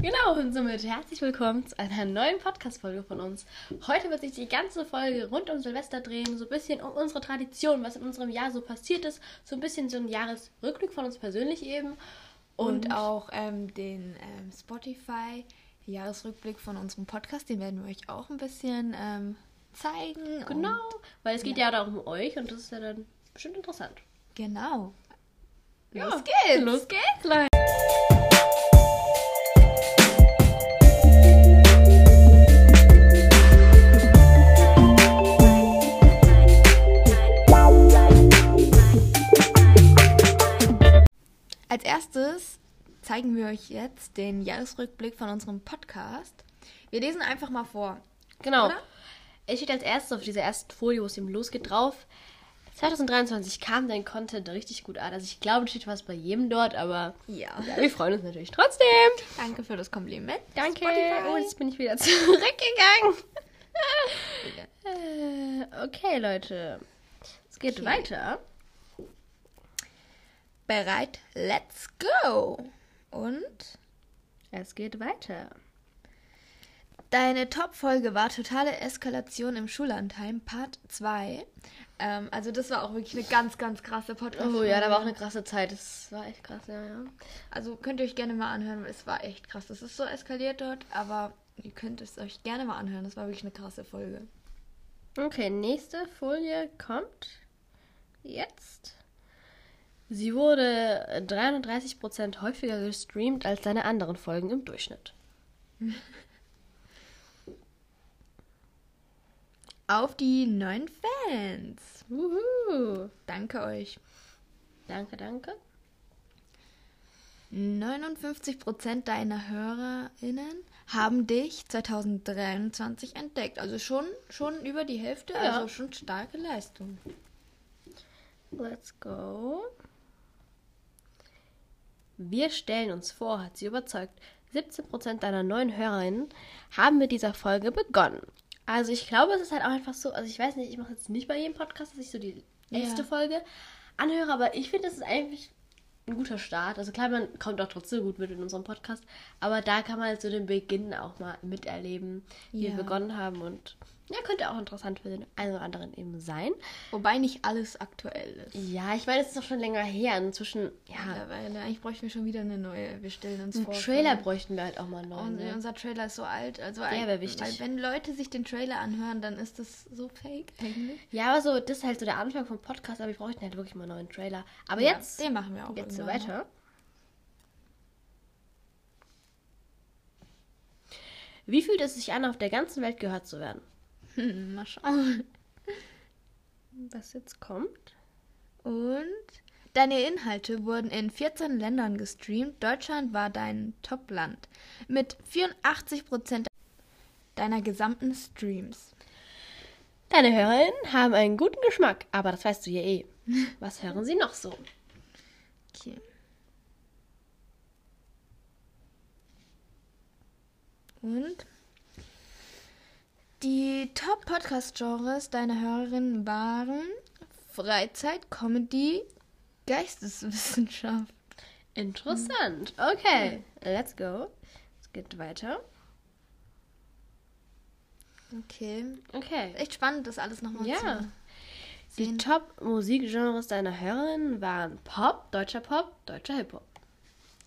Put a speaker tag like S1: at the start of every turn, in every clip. S1: Genau, und herzlich willkommen zu einer neuen Podcast-Folge von uns. Heute wird sich die ganze Folge rund um Silvester drehen, so ein bisschen um unsere Tradition, was in unserem Jahr so passiert ist, so ein bisschen so ein Jahresrückblick von uns persönlich eben.
S2: Und,
S1: Und,
S2: auch ähm, den ähm, Spotify-Jahresrückblick von unserem Podcast, den werden wir euch auch ein bisschen ähm, zeigen.
S1: genau,
S2: Und,
S1: weil es geht ja, da auch um euch und das ist ja dann bestimmt interessant.
S2: genau.
S1: Ja,
S2: Los geht's!
S1: Los geht's, Leute!
S2: Als erstes zeigen wir euch jetzt den Jahresrückblick von unserem Podcast. Wir lesen einfach mal vor.
S1: Genau.
S2: Oder?
S1: Es steht als erstes auf dieser ersten Folie, wo es eben losgeht, drauf. 2023 kam dein Content richtig gut an. Also ich glaube, es steht was bei jedem dort, aber
S2: Ja.
S1: ja, wir freuen uns natürlich trotzdem.
S2: Danke für das Kompliment.
S1: Danke.
S2: Spotify.
S1: Oh, jetzt bin ich wieder zurückgegangen. Äh, okay, Leute. Es geht
S2: Okay.
S1: weiter.
S2: Bereit? Let's go! Und
S1: Es geht weiter.
S2: Deine Top-Folge war Totale Eskalation im Schullandheim, Part 2. Ähm, also, das war auch wirklich eine ganz, ganz krasse podcast
S1: Oh ja, da war auch eine krasse Zeit. Das war echt krass, ja, ja.
S2: Also, könnt ihr euch gerne mal anhören, weil es war echt krass. Es ist so eskaliert dort, aber ihr könnt es euch gerne mal anhören. Das war wirklich eine krasse Folge.
S1: Okay, nächste Folie kommt jetzt. Sie wurde 33% häufiger gestreamt als seine anderen Folgen im Durchschnitt.
S2: Auf die neuen Fans!
S1: Wuhu.
S2: Danke euch.
S1: Danke, danke.
S2: 59% deiner HörerInnen haben dich 2023 entdeckt. Also schon, schon über die Hälfte,
S1: Ja.
S2: also schon starke Leistung.
S1: Let's go. Wir stellen uns vor, hat sie überzeugt. 17% deiner neuen Hörerinnen haben mit dieser Folge begonnen. Also ich glaube, es ist halt auch einfach so, also ich weiß nicht, ich mache jetzt nicht bei jedem Podcast, dass ich so die
S2: Ja.
S1: letzte Folge anhöre, aber ich finde, das ist eigentlich ein guter Start. Also klar, man kommt auch trotzdem gut mit in unserem Podcast, aber da kann man halt so den Beginn auch mal miterleben, wie
S2: Ja.
S1: wir begonnen haben und ja, könnte auch interessant für den einen oder anderen eben sein.
S2: Wobei nicht alles aktuell ist.
S1: Ja, ich meine, es ist doch schon länger her. Inzwischen, ja,
S2: Mittlerweile. Eigentlich bräuchten wir schon wieder eine neue. Wir stellen uns
S1: einen
S2: vor.
S1: Trailer bräuchten wir halt auch mal neu.
S2: Und
S1: Ne?
S2: unser Trailer ist so alt. Also
S1: Der wär wichtig.
S2: Weil wenn Leute sich den Trailer anhören, dann ist das so fake eigentlich.
S1: Ja, aber so, das ist halt so der Anfang vom Podcast, aber wir bräuchten halt wirklich mal einen neuen Trailer. Aber
S2: Ja,
S1: jetzt,
S2: Den machen wir auch.
S1: jetzt so
S2: irgendwann.
S1: weiter. Wie fühlt es sich an, auf der ganzen Welt gehört zu werden?
S2: Hm, mal schauen.
S1: Was jetzt kommt?
S2: Und deine Inhalte wurden in 14 Ländern gestreamt. Deutschland war dein Top-Land. Mit 84% deiner gesamten Streams.
S1: Deine Hörerinnen haben einen guten Geschmack, aber das weißt du ja eh. Was hören sie noch so?
S2: Okay. Und die Top-Podcast-Genres deiner Hörerinnen waren Freizeit, Comedy, Geisteswissenschaft.
S1: Interessant. Okay, let's go. Es geht weiter.
S2: Okay.
S1: Okay.
S2: Echt spannend, das alles nochmal
S1: Ja.
S2: zu
S1: Die
S2: sehen.
S1: Top-Musikgenres deiner Hörerinnen waren Pop, deutscher Pop, deutscher Hip-Hop.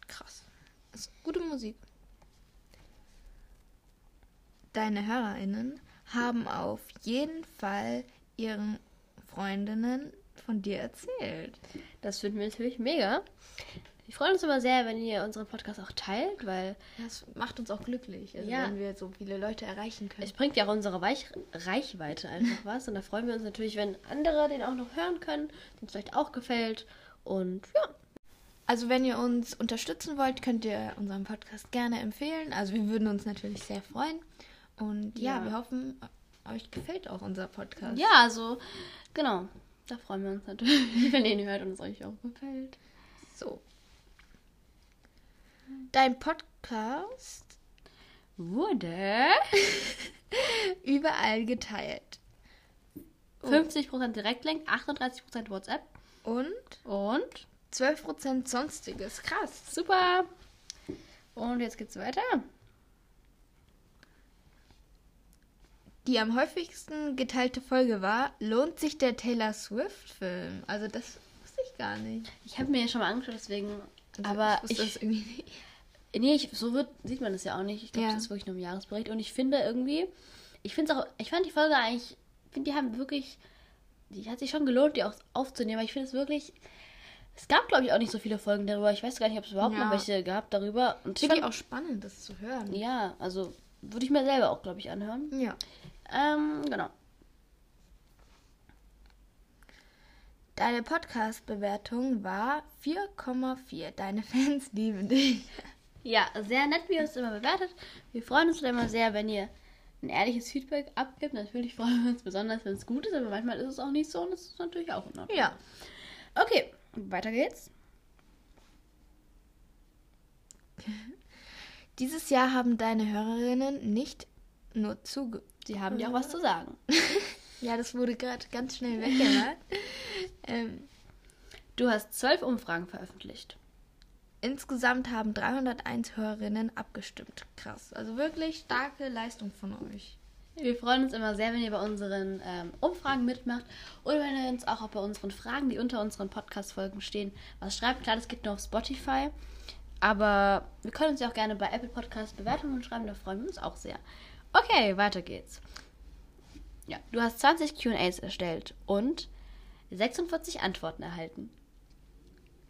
S2: Krass. Das ist gute Musik. Deine HörerInnen haben auf jeden Fall ihren Freundinnen von dir erzählt.
S1: Das finden wir natürlich mega. Wir freuen uns immer sehr, wenn ihr unseren Podcast auch teilt, weil
S2: Das macht uns auch glücklich, also
S1: Ja.
S2: wenn wir so viele Leute erreichen können.
S1: es bringt ja auch unsere Weich Reichweite einfach was. Und da freuen wir uns natürlich, wenn andere den auch noch hören können, denen es vielleicht auch gefällt. Und ja,
S2: also wenn ihr uns unterstützen wollt, könnt ihr unseren Podcast gerne empfehlen. Also wir würden uns natürlich sehr freuen. Und ja,
S1: Ja.
S2: wir hoffen, euch gefällt auch unser Podcast.
S1: ja also genau, da freuen wir uns natürlich, wenn ihr ihn hört und es euch auch gefällt.
S2: So. Dein Podcast
S1: Wurde
S2: überall geteilt.
S1: 50% Direktlink, 38% WhatsApp
S2: Und
S1: und
S2: 12% Sonstiges. Krass.
S1: Super. Und jetzt geht's weiter.
S2: die am häufigsten geteilte Folge war, lohnt sich der Taylor Swift-Film. Also das wusste ich gar nicht.
S1: Ich habe mir ja schon mal angeschaut, deswegen.
S2: Also
S1: aber
S2: ich
S1: ich,
S2: wusste das irgendwie nicht.
S1: nee, ich, so wird, sieht man das ja auch nicht. Ich glaube,
S2: Ja.
S1: das ist wirklich nur im Jahresbericht. Und ich finde irgendwie, ich finde auch, ich fand die Folge eigentlich, ich finde, die haben wirklich, die hat sich schon gelohnt, die auch aufzunehmen. Aber ich finde es wirklich, es gab, glaube ich, auch nicht so viele Folgen darüber. Ich weiß gar nicht, ob es überhaupt
S2: Ja.
S1: noch welche gab darüber. Und ich
S2: Finde ich
S1: fand,
S2: auch spannend, das zu hören.
S1: ja, also würde ich mir selber auch, glaube ich, anhören.
S2: Ja.
S1: Ähm, genau.
S2: Deine Podcast-Bewertung war 4,4. Deine Fans lieben dich.
S1: Ja, sehr nett, wie ihr uns immer bewertet. Wir freuen uns immer sehr, wenn ihr ein ehrliches Feedback abgibt. Natürlich freuen wir uns besonders, wenn es gut ist, aber manchmal ist es auch nicht so und das ist natürlich auch in Ordnung.
S2: Ja.
S1: Okay, weiter geht's.
S2: Dieses Jahr haben deine Hörerinnen nicht nur zuge...
S1: Sie haben dir auch was zu sagen.
S2: Ja, das wurde gerade ganz schnell weggemacht. ähm,
S1: Du hast zwölf Umfragen veröffentlicht.
S2: insgesamt haben 301 Hörerinnen abgestimmt. Krass. Also wirklich starke Leistung von euch.
S1: Wir freuen uns immer sehr, wenn ihr bei unseren ähm, Umfragen mitmacht oder wenn ihr uns auch bei unseren Fragen, die unter unseren Podcast-Folgen stehen, was schreibt. Klar, das geht nur auf Spotify, aber wir können uns ja auch gerne bei Apple Podcast Bewertungen schreiben, da freuen wir uns auch sehr. Okay, weiter geht's. Ja, du hast 20 Q&As erstellt und 46 Antworten erhalten.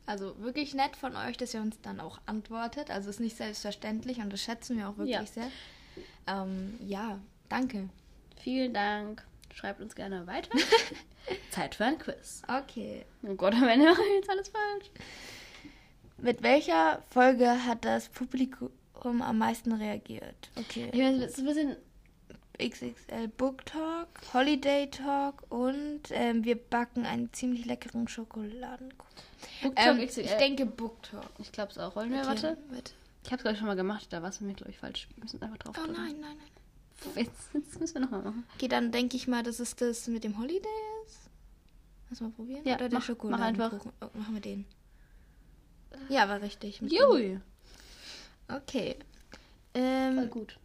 S2: Also wirklich nett von euch, dass ihr uns dann auch antwortet. Also ist nicht selbstverständlich und das schätzen wir auch wirklich
S1: Ja.
S2: sehr. Ähm, ja, danke.
S1: Vielen Dank. Schreibt uns gerne weiter. Zeit für ein Quiz.
S2: Okay.
S1: Oh Gott, am Ende mache ich jetzt alles falsch.
S2: Mit welcher Folge hat das Publikum am meisten reagiert?
S1: Ich
S2: Okay.
S1: meine, das ist ein bisschen
S2: XXL Book Talk, Holiday Talk und ähm, wir backen einen ziemlich leckeren Schokoladenkuchen.
S1: Booktalk
S2: Ähm,
S1: XXL.
S2: ich denke Book Talk.
S1: Ich glaube es auch. Wollen wir, warte. Ich habe es, glaube ich, schon mal gemacht. Da war es mir, glaube ich, falsch. Wir müssen einfach drauf
S2: Oh
S1: drücken.
S2: nein, nein, nein.
S1: Jetzt, jetzt müssen wir nochmal machen.
S2: Okay, dann denke ich mal, dass es das mit dem Holiday ist. Lass mal probieren.
S1: Ja,
S2: Oder
S1: mach-
S2: der
S1: mach
S2: Schokoladenkuchen. Oh, machen wir den. Ja, war richtig. mit dem.
S1: Jui.
S2: Okay.
S1: Voll
S2: Ähm,
S1: gut.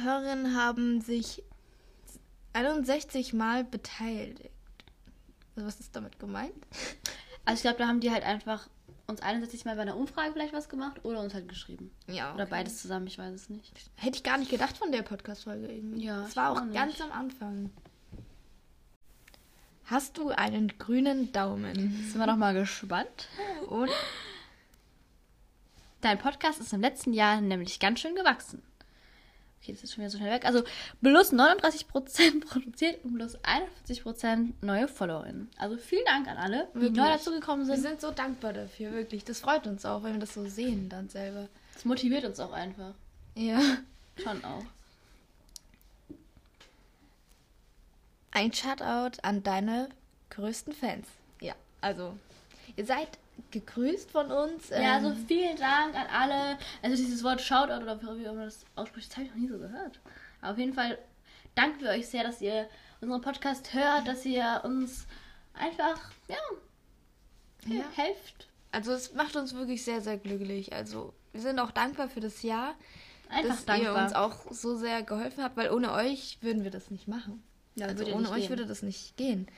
S2: Hörerinnen haben sich 61 Mal beteiligt. Also was ist damit gemeint?
S1: Also ich glaube, da haben die halt einfach uns 61 Mal bei einer Umfrage vielleicht was gemacht oder uns halt geschrieben.
S2: Ja.
S1: Oder beides zusammen, ich weiß es nicht.
S2: Hätte ich gar nicht gedacht von der Podcast-Folge irgendwie.
S1: Ja,
S2: Es war
S1: ich
S2: auch
S1: auch nicht.
S2: ganz am Anfang. Hast du einen grünen Daumen?
S1: Sind wir doch mal gespannt.
S2: Und
S1: Dein Podcast ist im letzten Jahr nämlich ganz schön gewachsen. Okay, das ist schon wieder so schnell weg. Also bloß 39% produziert und bloß 41% neue FollowerInnen. Also vielen Dank an alle, die
S2: Wirklich.
S1: neu dazugekommen
S2: Also wir
S1: sind.
S2: sind so dankbar dafür, wirklich. Das freut uns auch, wenn wir das so sehen dann selber.
S1: Das motiviert uns auch einfach.
S2: Ja.
S1: Schon auch.
S2: Ein Shoutout an deine größten Fans. Ja, also ihr seid gegrüßt von uns.
S1: Ja,
S2: ähm,
S1: also vielen Dank an alle. Also dieses Wort Shoutout oder wie auch immer das ausspricht, das habe ich noch nie so gehört. Aber auf jeden Fall danken wir euch sehr, dass ihr unseren Podcast hört, dass ihr uns einfach, ja,
S2: Ja.
S1: helft.
S2: Also es macht uns wirklich sehr, sehr glücklich. Also wir sind auch dankbar für das Jahr,
S1: Einfach
S2: dass
S1: dankbar.
S2: ihr uns auch so sehr geholfen habt, weil ohne euch würden wir das nicht machen.
S1: Ja,
S2: also
S1: würde ja
S2: ohne
S1: nicht
S2: euch
S1: gehen.
S2: würde das nicht gehen.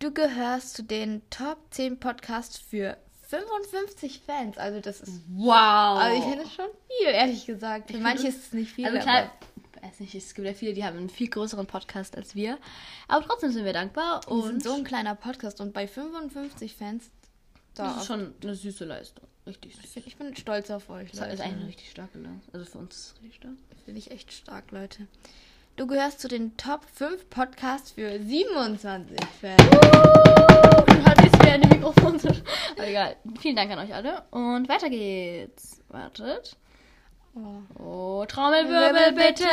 S2: Du gehörst zu den Top 10 Podcasts für 55 Fans. Also das ist,
S1: Wow.
S2: also ich finde es schon viel, ehrlich gesagt. Für
S1: Ich
S2: manche
S1: finde-
S2: ist es nicht viel.
S1: also
S2: aber
S1: klar, ich weiß nicht, es gibt ja viele, die haben einen viel größeren Podcast als wir. Aber trotzdem sind wir dankbar
S2: wir
S1: und
S2: sind so ein kleiner Podcast und bei 55 Fans,
S1: das
S2: da,
S1: ist schon eine süße Leistung. Richtig süß.
S2: ich bin stolz auf euch.
S1: Das ist
S2: Leute.
S1: eigentlich eine richtig starke Leistung. Also für uns ist es richtig stark.
S2: Finde ich echt stark, Leute. Du gehörst zu den Top 5 Podcasts für 27 Fans.
S1: Dann hat ich wieder in dem Mikrofon. zu- Aber egal. Vielen Dank an euch alle. Und weiter geht's. Wartet.
S2: Oh.
S1: Oh, Trommelwirbel bitte.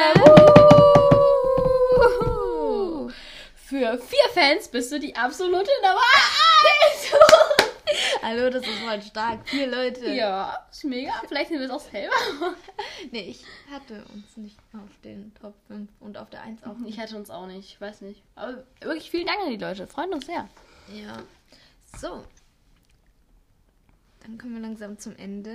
S1: Uhuhu. Für vier Fans bist du die absolute Nummer eins.
S2: Hallo, das ist voll stark. Vier Leute.
S1: ja, ist mega. Vielleicht sind wir es auch selber.
S2: Nee, ich hatte uns nicht auf den Top 5 und auf der 1 auch nicht.
S1: Ich hätte uns auch nicht. Ich weiß nicht. Aber wirklich vielen Dank an die Leute. Freuen uns sehr.
S2: Ja. So. Dann kommen wir langsam zum Ende.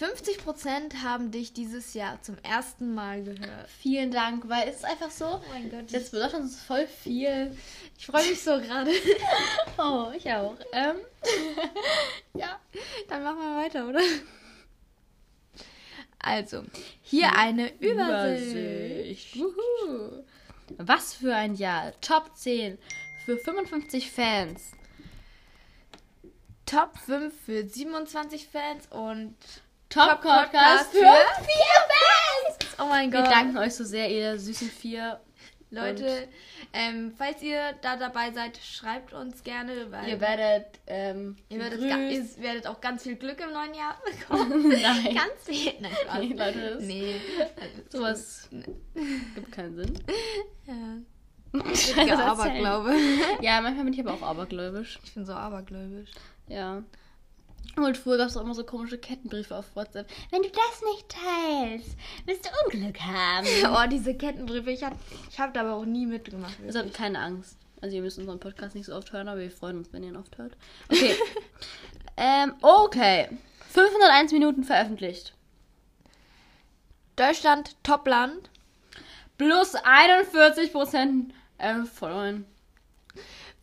S2: 50% haben dich dieses Jahr zum ersten Mal gehört.
S1: Vielen Dank, weil es ist einfach so,
S2: Oh mein Gott,
S1: das bedeutet uns voll viel.
S2: ich freue mich so gerade.
S1: Oh, ich auch. Ähm,
S2: ja, dann machen wir weiter, oder? Also, hier eine Übersicht.
S1: Wuhu. Was für ein Jahr. Top 10 für 55 Fans.
S2: Top 5 für 27 Fans und
S1: Top, Podcast, für 4
S2: für-
S1: Fans.
S2: oh mein
S1: Wir
S2: Gott,
S1: danken euch so sehr, ihr süßen vier.
S2: Leute, ähm, falls ihr da dabei seid, schreibt uns gerne, weil
S1: Ihr werdet, ähm,
S2: ihr werdet,
S1: gegrüßt.
S2: ga, ihr werdet auch ganz viel Glück im neuen Jahr bekommen.
S1: Nein.
S2: ganz viel. Nein, Spaß.
S1: Nee, Leute, das-
S2: nee.
S1: Sowas gibt keinen Sinn.
S2: Ja.
S1: Scheiße,
S2: Ja,
S1: erzählen.
S2: Aberglaube.
S1: Ja, manchmal bin ich aber auch abergläubisch.
S2: Ich bin so abergläubisch.
S1: Ja. Und früher gab es auch immer so komische Kettenbriefe auf WhatsApp. Wenn du das nicht teilst, wirst du Unglück haben.
S2: Oh, diese Kettenbriefe. Ich habe ich hab da aber auch nie mitgemacht.
S1: Deshalb keine Angst. Also ihr müsst unseren Podcast nicht so oft hören, aber wir freuen uns, wenn ihr ihn oft hört. Okay. ähm, okay. 501 Minuten veröffentlicht.
S2: Deutschland, Topland.
S1: Plus 41 Prozent ähm, Followern.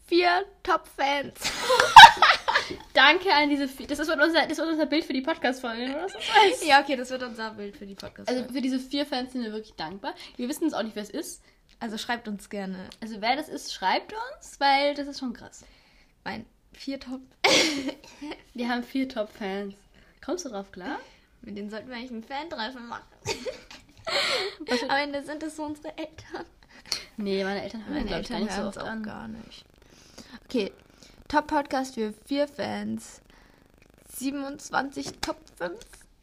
S2: Vier Top-Fans.
S1: Danke an diese... vi- Das ist unser, das ist unser Bild für die Podcast-Folge, oder? Das ist alles.
S2: ja, okay, das wird unser Bild für die podcast
S1: Also
S2: also,
S1: für diese vier Fans sind wir wirklich dankbar. Wir wissen es auch nicht, wer es ist.
S2: also schreibt uns gerne.
S1: Also wer das ist, schreibt uns, weil das ist schon krass.
S2: Mein vier Top.
S1: Wir haben vier Top-Fans. Kommst du drauf klar?
S2: Mit denen sollten wir eigentlich ein Fan-Treffen machen. Am Ende sind es so unsere Eltern.
S1: Nee, meine Eltern hören, glaube ich, gar nicht so
S2: hören's
S1: oft an.
S2: gar nicht. Okay, Top-Podcast für vier Fans. 27 Top 5.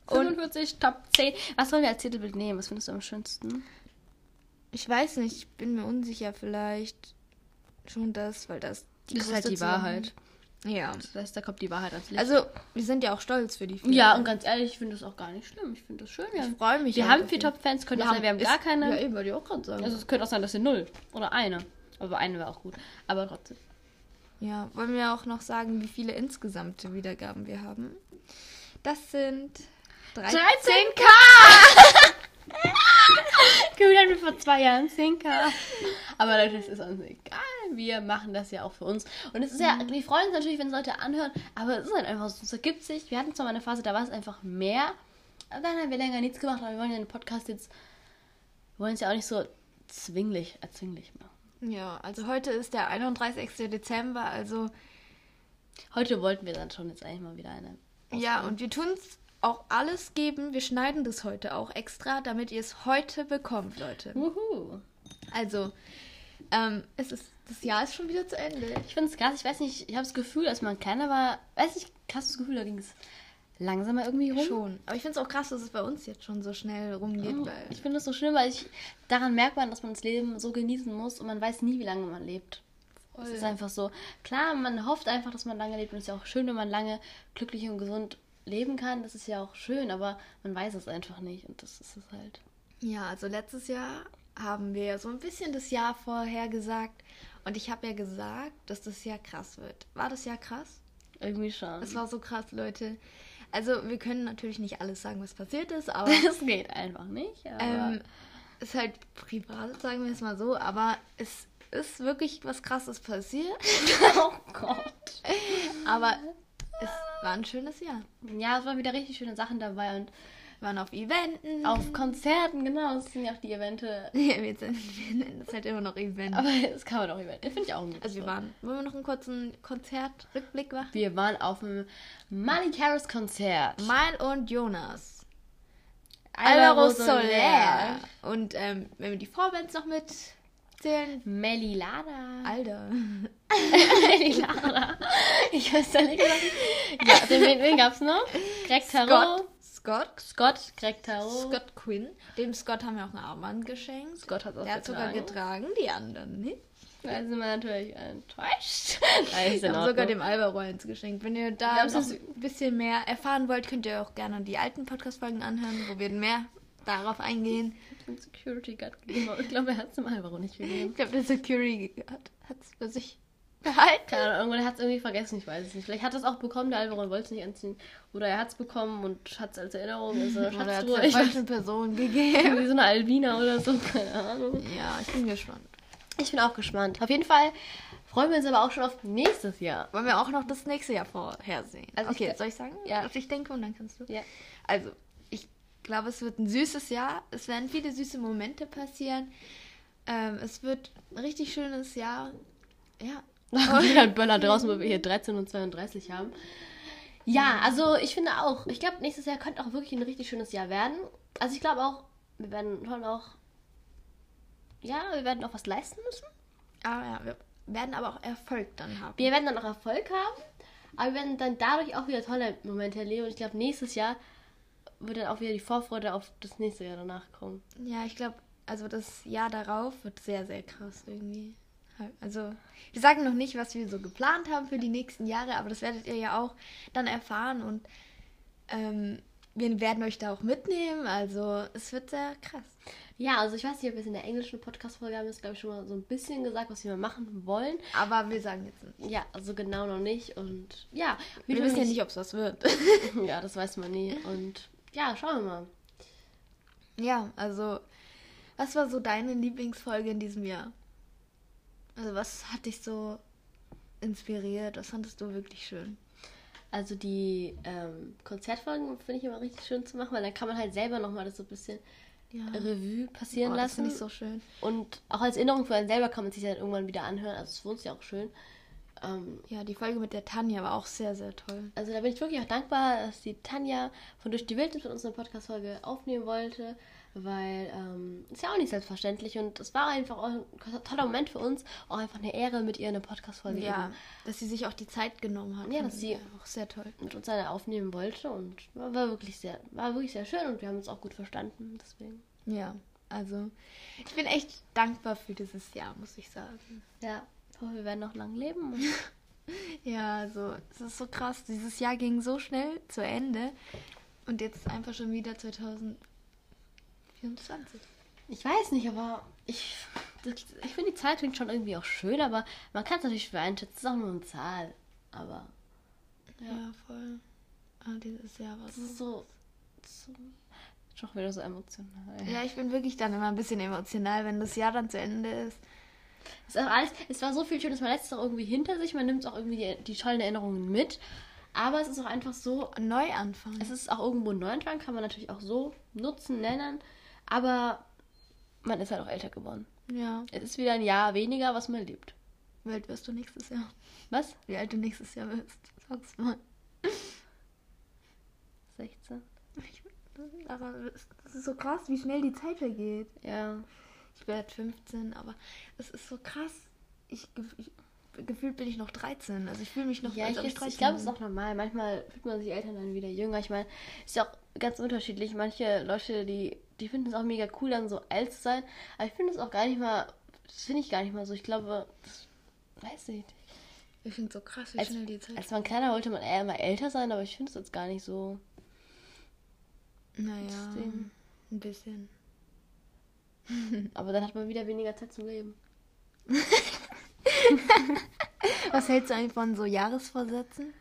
S2: Und
S1: 45, Top 10. Was sollen wir als Titelbild nehmen? Was findest du am schönsten?
S2: ich weiß nicht, ich bin mir unsicher, vielleicht schon das, weil das
S1: Das ist
S2: größte
S1: halt die
S2: Zusammen-
S1: Wahrheit.
S2: Ja.
S1: Das heißt, da kommt die Wahrheit ans Licht.
S2: Also, wir sind ja auch stolz für die vier.
S1: ja, und ganz ehrlich, ich finde das auch gar nicht schlimm. Ich finde das schön. Wir
S2: ich
S1: haben,
S2: freue mich.
S1: wir
S2: auch
S1: haben
S2: dafür.
S1: vier Top-Fans, könnte sein, wir haben gar
S2: ist-
S1: keine.
S2: Ja, eben, wollte ich auch gerade sagen.
S1: Also es könnte auch sein, dass wir null oder eine. Aber eine wäre auch gut. Aber trotzdem.
S2: ja, wollen wir auch noch sagen, wie viele insgesamt Wiedergaben wir haben? Das sind 13.
S1: 13k! Gefühlt wir vor zwei Jahren 10k. Aber Leute, es ist uns egal. Wir machen das ja auch für uns. Und es ist ja, wir freuen uns natürlich, wenn es Leute anhören, aber es ist halt einfach so, es ergibt sich. Wir hatten zwar mal eine Phase, da war es einfach mehr, aber dann haben wir länger nichts gemacht, aber wir wollen ja den Podcast jetzt, wir wollen es ja auch nicht so zwinglich, erzwinglich machen.
S2: Ja, also heute ist der 31. Dezember, also
S1: Heute wollten wir dann schon jetzt eigentlich mal wieder eine.
S2: ja, und wir tun es auch alles geben. Wir schneiden das heute auch extra, damit ihr es heute bekommt, Leute.
S1: Wuhu.
S2: Also, ähm, es ist, das Jahr ist schon wieder zu Ende.
S1: Ich finde es krass, ich weiß nicht, ich habe das Gefühl, als man kleiner war, weiß nicht, krasses Gefühl, da ging es langsamer irgendwie rum.
S2: Schon. Aber ich finde es auch krass, dass es bei uns jetzt schon so schnell rumgeht.
S1: Oh,
S2: Weil
S1: Ich finde das so schlimm, weil ich daran merkt man, dass man das Leben so genießen muss und man weiß nie, wie lange man lebt. Es
S2: Voll.
S1: ist einfach so. Klar, man hofft einfach, dass man lange lebt und es ist ja auch schön, wenn man lange glücklich und gesund leben kann. Das ist ja auch schön, aber man weiß es einfach nicht und das ist es halt.
S2: ja, also letztes Jahr haben wir so ein bisschen das Jahr vorher gesagt. Und ich habe ja gesagt, dass das Jahr krass wird. War das Jahr krass?
S1: Irgendwie schon.
S2: Es war so krass, Leute. Also, wir können natürlich nicht alles sagen, was passiert ist, aber
S1: das geht einfach nicht. Aber
S2: ähm, ist halt privat, sagen wir es mal so. Aber es ist wirklich was Krasses passiert.
S1: oh Gott.
S2: Aber es war ein schönes Jahr.
S1: Ja, es waren wieder richtig schöne Sachen dabei und
S2: Wir waren auf Eventen.
S1: auf Konzerten, genau. Es sind ja auch die Evente.
S2: Ja, wir, sind, wir nennen das halt immer noch Event.
S1: Aber das kann man auch Event. Finde ich auch ein gutes
S2: also wir
S1: Wort.
S2: waren. Wollen wir noch einen kurzen Konzertrückblick machen?
S1: Wir waren auf dem Mali Harris Konzert.
S2: Mal und Jonas.
S1: Alvaro
S2: Alvaro
S1: Soler.
S2: Soler. Und ähm, wenn wir die Vorbands noch mitzählen.
S1: Melly Lada.
S2: Alter.
S1: Melly Lada. Ich weiß da nicht genau. Ja, den, wen, wen gab's noch? Greg Tarot.
S2: Scott. Scott.
S1: Scott. Greg Tarot.
S2: Scott Quinn. Dem Scott haben wir auch ein Armband geschenkt.
S1: Scott hat's auch
S2: Der hat sogar getragen, die anderen nicht.
S1: Da sind wir natürlich enttäuscht. Nein, ist
S2: Wir
S1: in
S2: haben sogar
S1: Ordnung.
S2: dem Alvaro eins geschenkt. Wenn ihr da
S1: Wir haben
S2: noch
S1: das-
S2: ein bisschen mehr erfahren wollt, könnt ihr auch gerne die alten Podcast-Folgen anhören, wo wir mehr darauf eingehen.
S1: den Security Guard gegeben. aber Ich glaube, er hat's dem Alvaro nicht gegeben.
S2: Ich glaube, der Security hat es für sich behalten?
S1: Keine Ahnung, irgendwann hat es irgendwie vergessen, ich weiß es nicht. Vielleicht hat er es auch bekommen, der Alberon wollte es nicht anziehen. Oder er hat es bekommen und hat es als Erinnerung in so einer
S2: Oder hat
S1: Schatztruhe. Ich weiß
S2: falschen Person gegeben?
S1: irgendwie so eine Albina oder so, keine Ahnung.
S2: Ja, ich bin gespannt.
S1: Ich bin auch gespannt. Auf jeden Fall freuen wir uns aber auch schon auf nächstes Jahr.
S2: Wollen wir auch noch das nächste Jahr vorhersehen?
S1: Also ich
S2: okay,
S1: gl-
S2: soll ich sagen?
S1: Ja.
S2: Was ich denke und dann kannst du.
S1: Ja.
S2: Also, ich glaube, es wird ein süßes Jahr. Es werden viele süße Momente passieren. Ähm, es wird ein richtig schönes Jahr. Ja.
S1: Wieder ein Böller draußen, wo wir hier 13 und 32 haben. Ja, also ich finde auch, ich glaube, nächstes Jahr könnte auch wirklich ein richtig schönes Jahr werden. Also ich glaube auch, wir werden schon auch, ja, wir werden auch was leisten müssen.
S2: Aber ja, wir werden aber auch Erfolg dann haben.
S1: Wir werden dann auch Erfolg haben, aber wir werden dann dadurch auch wieder tolle Momente erleben. Und ich glaube, nächstes Jahr wird dann auch wieder die Vorfreude auf das nächste Jahr danach kommen.
S2: Ja, ich glaube, also das Jahr darauf wird sehr, sehr krass irgendwie. Also, wir sagen noch nicht, was wir so geplant haben für die nächsten Jahre, aber das werdet ihr ja auch dann erfahren und ähm, wir werden euch da auch mitnehmen. Also, es wird sehr krass.
S1: Ja, also ich weiß nicht, ob wir es in der englischen Podcast-Folge haben, das glaube ich schon mal so ein bisschen gesagt, was wir mal machen wollen.
S2: Aber wir sagen jetzt nicht.
S1: Ja, also genau noch nicht. Und ja,
S2: Wir
S1: du
S2: wissen ja
S1: mich-
S2: nicht, ob es was wird.
S1: Ja, das weiß man nie. Und ja, schauen wir mal.
S2: ja, also, was war so deine Lieblingsfolge in diesem Jahr? Also, was hat dich so inspiriert? Was fandest du wirklich schön?
S1: Also die ähm, Konzertfolgen finde ich immer richtig schön zu machen, weil dann kann man halt selber nochmal das so ein bisschen
S2: Ja.
S1: Revue
S2: Oh,
S1: passieren
S2: das
S1: lassen.
S2: finde ich so schön.
S1: Und auch als Erinnerung für einen selber kann man sich dann irgendwann wieder anhören. Also es für uns ja auch schön. Ähm,
S2: Ja, die Folge mit der Tanja war auch sehr, sehr toll.
S1: also da bin ich wirklich auch dankbar, dass die Tanja von Durch die Wildnis mit uns eine Podcast-Folge aufnehmen wollte, weil ähm, ist ja auch nicht selbstverständlich und es war einfach auch ein toller Moment für uns, auch einfach eine Ehre, mit ihr eine Podcast-Folge
S2: Ja,
S1: Also eben
S2: dass sie sich auch die Zeit genommen hat.
S1: Ja,
S2: fand
S1: dass
S2: ich
S1: sie-
S2: auch sehr toll.
S1: mit uns eine aufnehmen wollte und war war wirklich sehr, war wirklich sehr schön und wir haben uns auch gut verstanden, deswegen.
S2: Ja, also ich bin echt dankbar für dieses Jahr, muss ich sagen.
S1: Ja, ich hoffe, wir werden noch lang leben. Und
S2: Ja, also es ist so krass. Dieses Jahr ging so schnell zu Ende und jetzt ist einfach schon wieder 2024.
S1: Ich weiß nicht, aber ich, das, ich finde, die Zeit klingt schon irgendwie auch schön, aber man kann es natürlich schwer einschätzen. Es ist auch nur eine Zahl. Aber
S2: Ja, voll. Ah, dieses Jahr war
S1: es ist so. so schon wieder so emotional.
S2: Ja, ich bin wirklich dann immer ein bisschen emotional, wenn das Jahr dann zu Ende ist.
S1: Es, ist auch alles, es war so viel Schönes, man lässt es auch irgendwie hinter sich, man nimmt auch irgendwie die, die tollen Erinnerungen mit. Aber es ist auch einfach so,
S2: Neuanfang.
S1: es ist auch irgendwo ein Neuanfang, kann man natürlich auch so nutzen, nennen. Aber man ist halt auch älter geworden.
S2: Ja.
S1: Es ist wieder ein Jahr weniger, was man lebt.
S2: Wie alt wirst du nächstes Jahr?
S1: Was?
S2: Wie alt du nächstes Jahr wirst. Sag's mal.
S1: 16?
S2: Ich, aber es ist so krass, wie schnell die Zeit vergeht.
S1: Ja.
S2: Ich werde 15, aber es ist so krass. Ich, gef- ich gefühlt bin ich noch 13. Also ich fühle mich noch
S1: Ja,
S2: als
S1: ich,
S2: ob
S1: ich,
S2: 13
S1: ich glaube, es ist
S2: bin.
S1: auch normal. Manchmal fühlt man sich Eltern dann wieder jünger. Ich meine, ist ja auch ganz unterschiedlich. Manche Leute, die, die finden es auch mega cool, dann so alt zu sein. Aber ich finde es auch gar nicht mal, das finde ich gar nicht mal so. Ich glaube, das weiß ich nicht.
S2: Ich finde es so krass, wie
S1: Als,
S2: schnell die Zeit.
S1: als man kleiner wollte man eher immer älter sein, aber ich finde es jetzt gar nicht so.
S2: naja,
S1: deswegen.
S2: ein bisschen.
S1: Aber dann hat man wieder weniger Zeit zum Leben.
S2: Was hältst du eigentlich von so Jahresvorsätzen?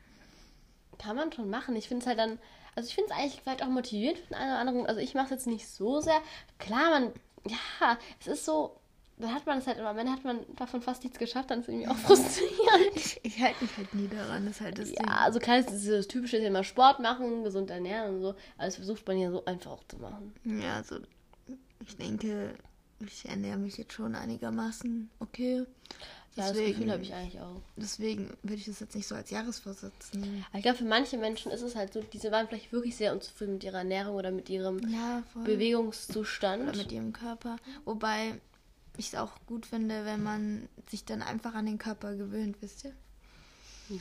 S1: Kann man schon machen. Ich finde es halt dann, also ich finde es eigentlich vielleicht auch motivierend für den einen oder anderen. Also ich mache es jetzt nicht so sehr. Klar, man, ja, es ist so, dann hat man es halt immer, am Ende hat man davon fast nichts geschafft, dann ist es irgendwie auch frustrierend.
S2: Ich, ich halte mich halt nie daran, das ist halt das
S1: Ja, also klar, das ist das Typische, ist ja immer Sport machen, gesund ernähren und so. Aber das versucht man ja so einfach auch zu machen.
S2: Ding. Ja, also ich denke, ich ernähre mich jetzt schon einigermaßen okay.
S1: Ja, das Gefühl habe ich eigentlich auch.
S2: Deswegen würde ich das jetzt nicht so als Jahresvorsatz nehmen.
S1: Aber ich glaube, für manche Menschen ist es halt so, diese waren vielleicht wirklich sehr unzufrieden mit ihrer Ernährung oder mit ihrem
S2: Ja, voll.
S1: Bewegungszustand.
S2: Oder mit ihrem Körper. Wobei ich es auch gut finde, wenn man sich dann einfach an den Körper gewöhnt, wisst ihr?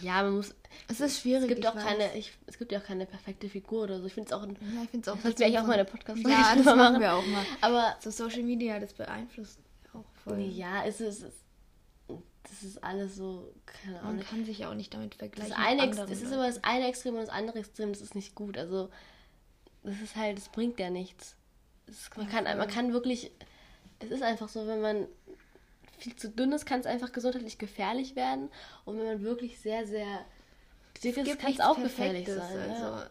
S1: ja, man muss.
S2: Es ist schwierig.
S1: Es gibt
S2: Also ich
S1: auch
S2: weiß.
S1: keine, ich, es gibt ja auch keine perfekte Figur oder so. Ich finde es auch ein
S2: Ja, ich finde es auch.
S1: Sollten wir eigentlich auch mal eine Podcast-Folge
S2: Ja, das
S1: drüber
S2: machen, wir auch mal.
S1: Aber
S2: So Social Media, das beeinflusst auch voll.
S1: ja, es ist, es das ist alles so, keine
S2: Man
S1: Ahnung.
S2: kann sich auch nicht damit
S1: Das
S2: vergleichen.
S1: eine,
S2: mit
S1: Ex-
S2: anderen
S1: es ist
S2: Leuten.
S1: immer das eine Extrem und das andere Extrem, das ist nicht gut. Also, das ist halt, das bringt ja nichts. Es, man, kann, man kann wirklich, es ist einfach so, wenn man viel zu dünn ist, kann es einfach gesundheitlich gefährlich werden. Und wenn man wirklich sehr, sehr dick ist,
S2: gibt
S1: kann es
S2: nichts
S1: auch gefährlich
S2: Perfektes,
S1: sein. ja.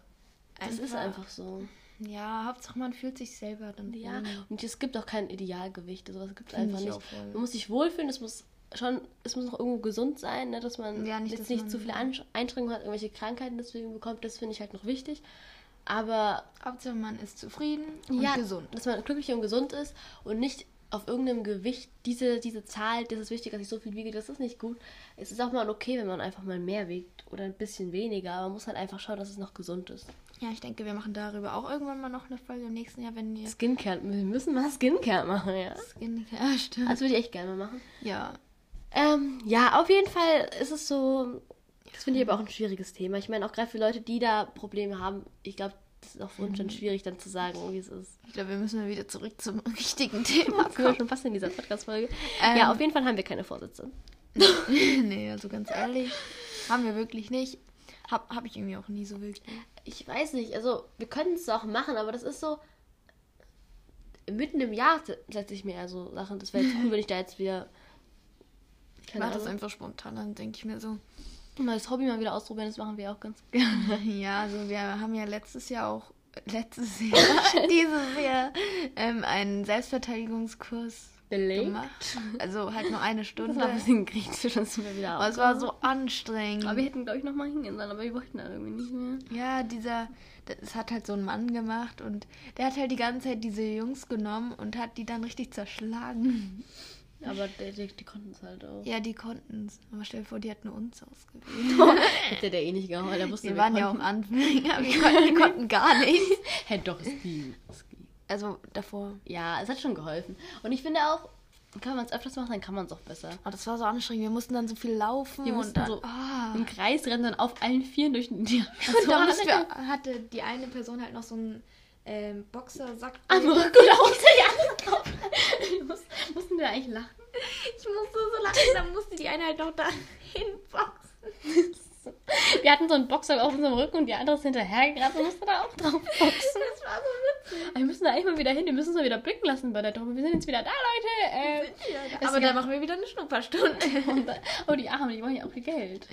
S2: Also
S1: Das ist einfach so.
S2: Ja, Hauptsache man fühlt sich selber dann.
S1: Ja,
S2: wohl.
S1: und es gibt auch kein Idealgewicht. Also das gibt es
S2: Finde
S1: einfach
S2: ich
S1: nicht.
S2: auch voll.
S1: Man muss sich wohlfühlen, es muss schon, es muss noch irgendwo gesund sein, ne, dass man
S2: Ja, nicht,
S1: jetzt
S2: dass
S1: nicht
S2: man-
S1: zu viele Ansch- Einschränkungen hat, irgendwelche Krankheiten deswegen bekommt. Das finde ich halt noch wichtig. Aber
S2: Hauptsache man ist zufrieden und
S1: ja,
S2: gesund.
S1: dass man glücklich und gesund ist und nicht auf irgendeinem Gewicht, diese, diese Zahl, das ist wichtig, dass ich so viel wiege, das ist nicht gut. Es ist auch mal okay, wenn man einfach mal mehr wiegt oder ein bisschen weniger, aber man muss halt einfach schauen, dass es noch gesund ist.
S2: Ja, ich denke, wir machen darüber auch irgendwann mal noch eine Folge im nächsten Jahr, wenn ihr
S1: Skincare, wir müssen mal Skincare machen, ja.
S2: Skin ja, stimmt.
S1: Das Also würde ich echt gerne mal machen.
S2: ja.
S1: Ähm, ja, auf jeden Fall ist es so. Das finde ich aber auch ein schwieriges Thema. Ich meine, auch gerade für Leute, die da Probleme haben, ich glaube, das ist auch für uns schon schwierig, dann zu sagen, oh, wie es ist.
S2: Ich glaube, wir müssen mal wieder zurück zum richtigen Thema
S1: Das sind wir
S2: kommen.
S1: schon fast in dieser Podcast-Folge.
S2: Ähm.
S1: ja, auf jeden Fall haben wir keine Vorsätze.
S2: nee, also ganz ehrlich, haben wir wirklich nicht. Hab, hab ich irgendwie auch nie so wirklich.
S1: Ich weiß nicht, also wir können es auch machen, aber das ist so. Mitten im Jahr se- setze ich mir eher so Sachen. Das wäre jetzt cool, wenn ich da jetzt wieder.
S2: Ich mache das einfach spontan, dann denke ich mir so.
S1: ein neues Hobby mal wieder ausprobieren, das machen wir auch ganz gerne.
S2: Ja, also wir haben ja letztes Jahr auch, äh, letztes Jahr, dieses Jahr, ähm, einen Selbstverteidigungskurs
S1: Belegt?
S2: gemacht. Also halt nur eine
S1: Das
S2: Stunde.
S1: war ein bisschen kritisch, dann sind wir wieder
S2: Aber es war so anstrengend.
S1: Aber wir hätten, glaube ich, nochmal hingehen sollen, aber wir wollten dann irgendwie nicht mehr.
S2: Ja, dieser, das hat halt so ein Mann gemacht und der hat halt die ganze Zeit diese Jungs genommen und hat die dann richtig zerschlagen.
S1: Aber die, die, die konnten es halt auch.
S2: Ja, die konnten es. Aber stell dir vor, die hätten uns ausgewählt.
S1: Hätte der eh nicht gehauen, der wusste
S2: Wir waren ja auch Anfänger, wir konnten, wir konnten gar nichts.
S1: Hey, doch, es ging. Es ging.
S2: Also davor.
S1: Ja, es hat schon geholfen. Und ich finde auch, kann man es öfters machen, dann kann man es auch besser.
S2: Oh, das war so anstrengend. Wir mussten dann so viel laufen
S1: Wir
S2: und
S1: mussten
S2: dann,
S1: so
S2: Ah.
S1: im Kreis rennen, dann auf allen Vieren durch den Tier.
S2: Und da mussten wir, hatte die eine Person halt noch so einen ähm, Boxersack.
S1: Andere gut aus, ja, alles drauf. Wir mussten- Mussten wir eigentlich lachen?
S2: Ich musste so lachen, dann musste die eine halt noch da hinboxen.
S1: Wir hatten so einen Boxer auf unserem Rücken und die andere ist hinterhergerannt und musste da auch drauf boxen.
S2: Das war so witzig.
S1: Aber wir müssen da eigentlich mal wieder hin, wir müssen uns mal wieder blicken lassen bei der Truppe. Wir sind jetzt wieder da, Leute. Ähm, Es
S2: Aber
S1: gab-
S2: da machen wir wieder eine Schnupperstunde.
S1: Und, da- oh, die Armen, die wollen ja auch viel Geld.